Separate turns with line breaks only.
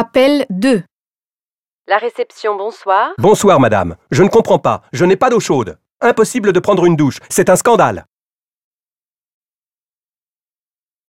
Appel 2.
La réception, bonsoir.
Bonsoir, madame. Je ne comprends pas. Je n'ai pas d'eau chaude. Impossible de prendre une douche. C'est un scandale.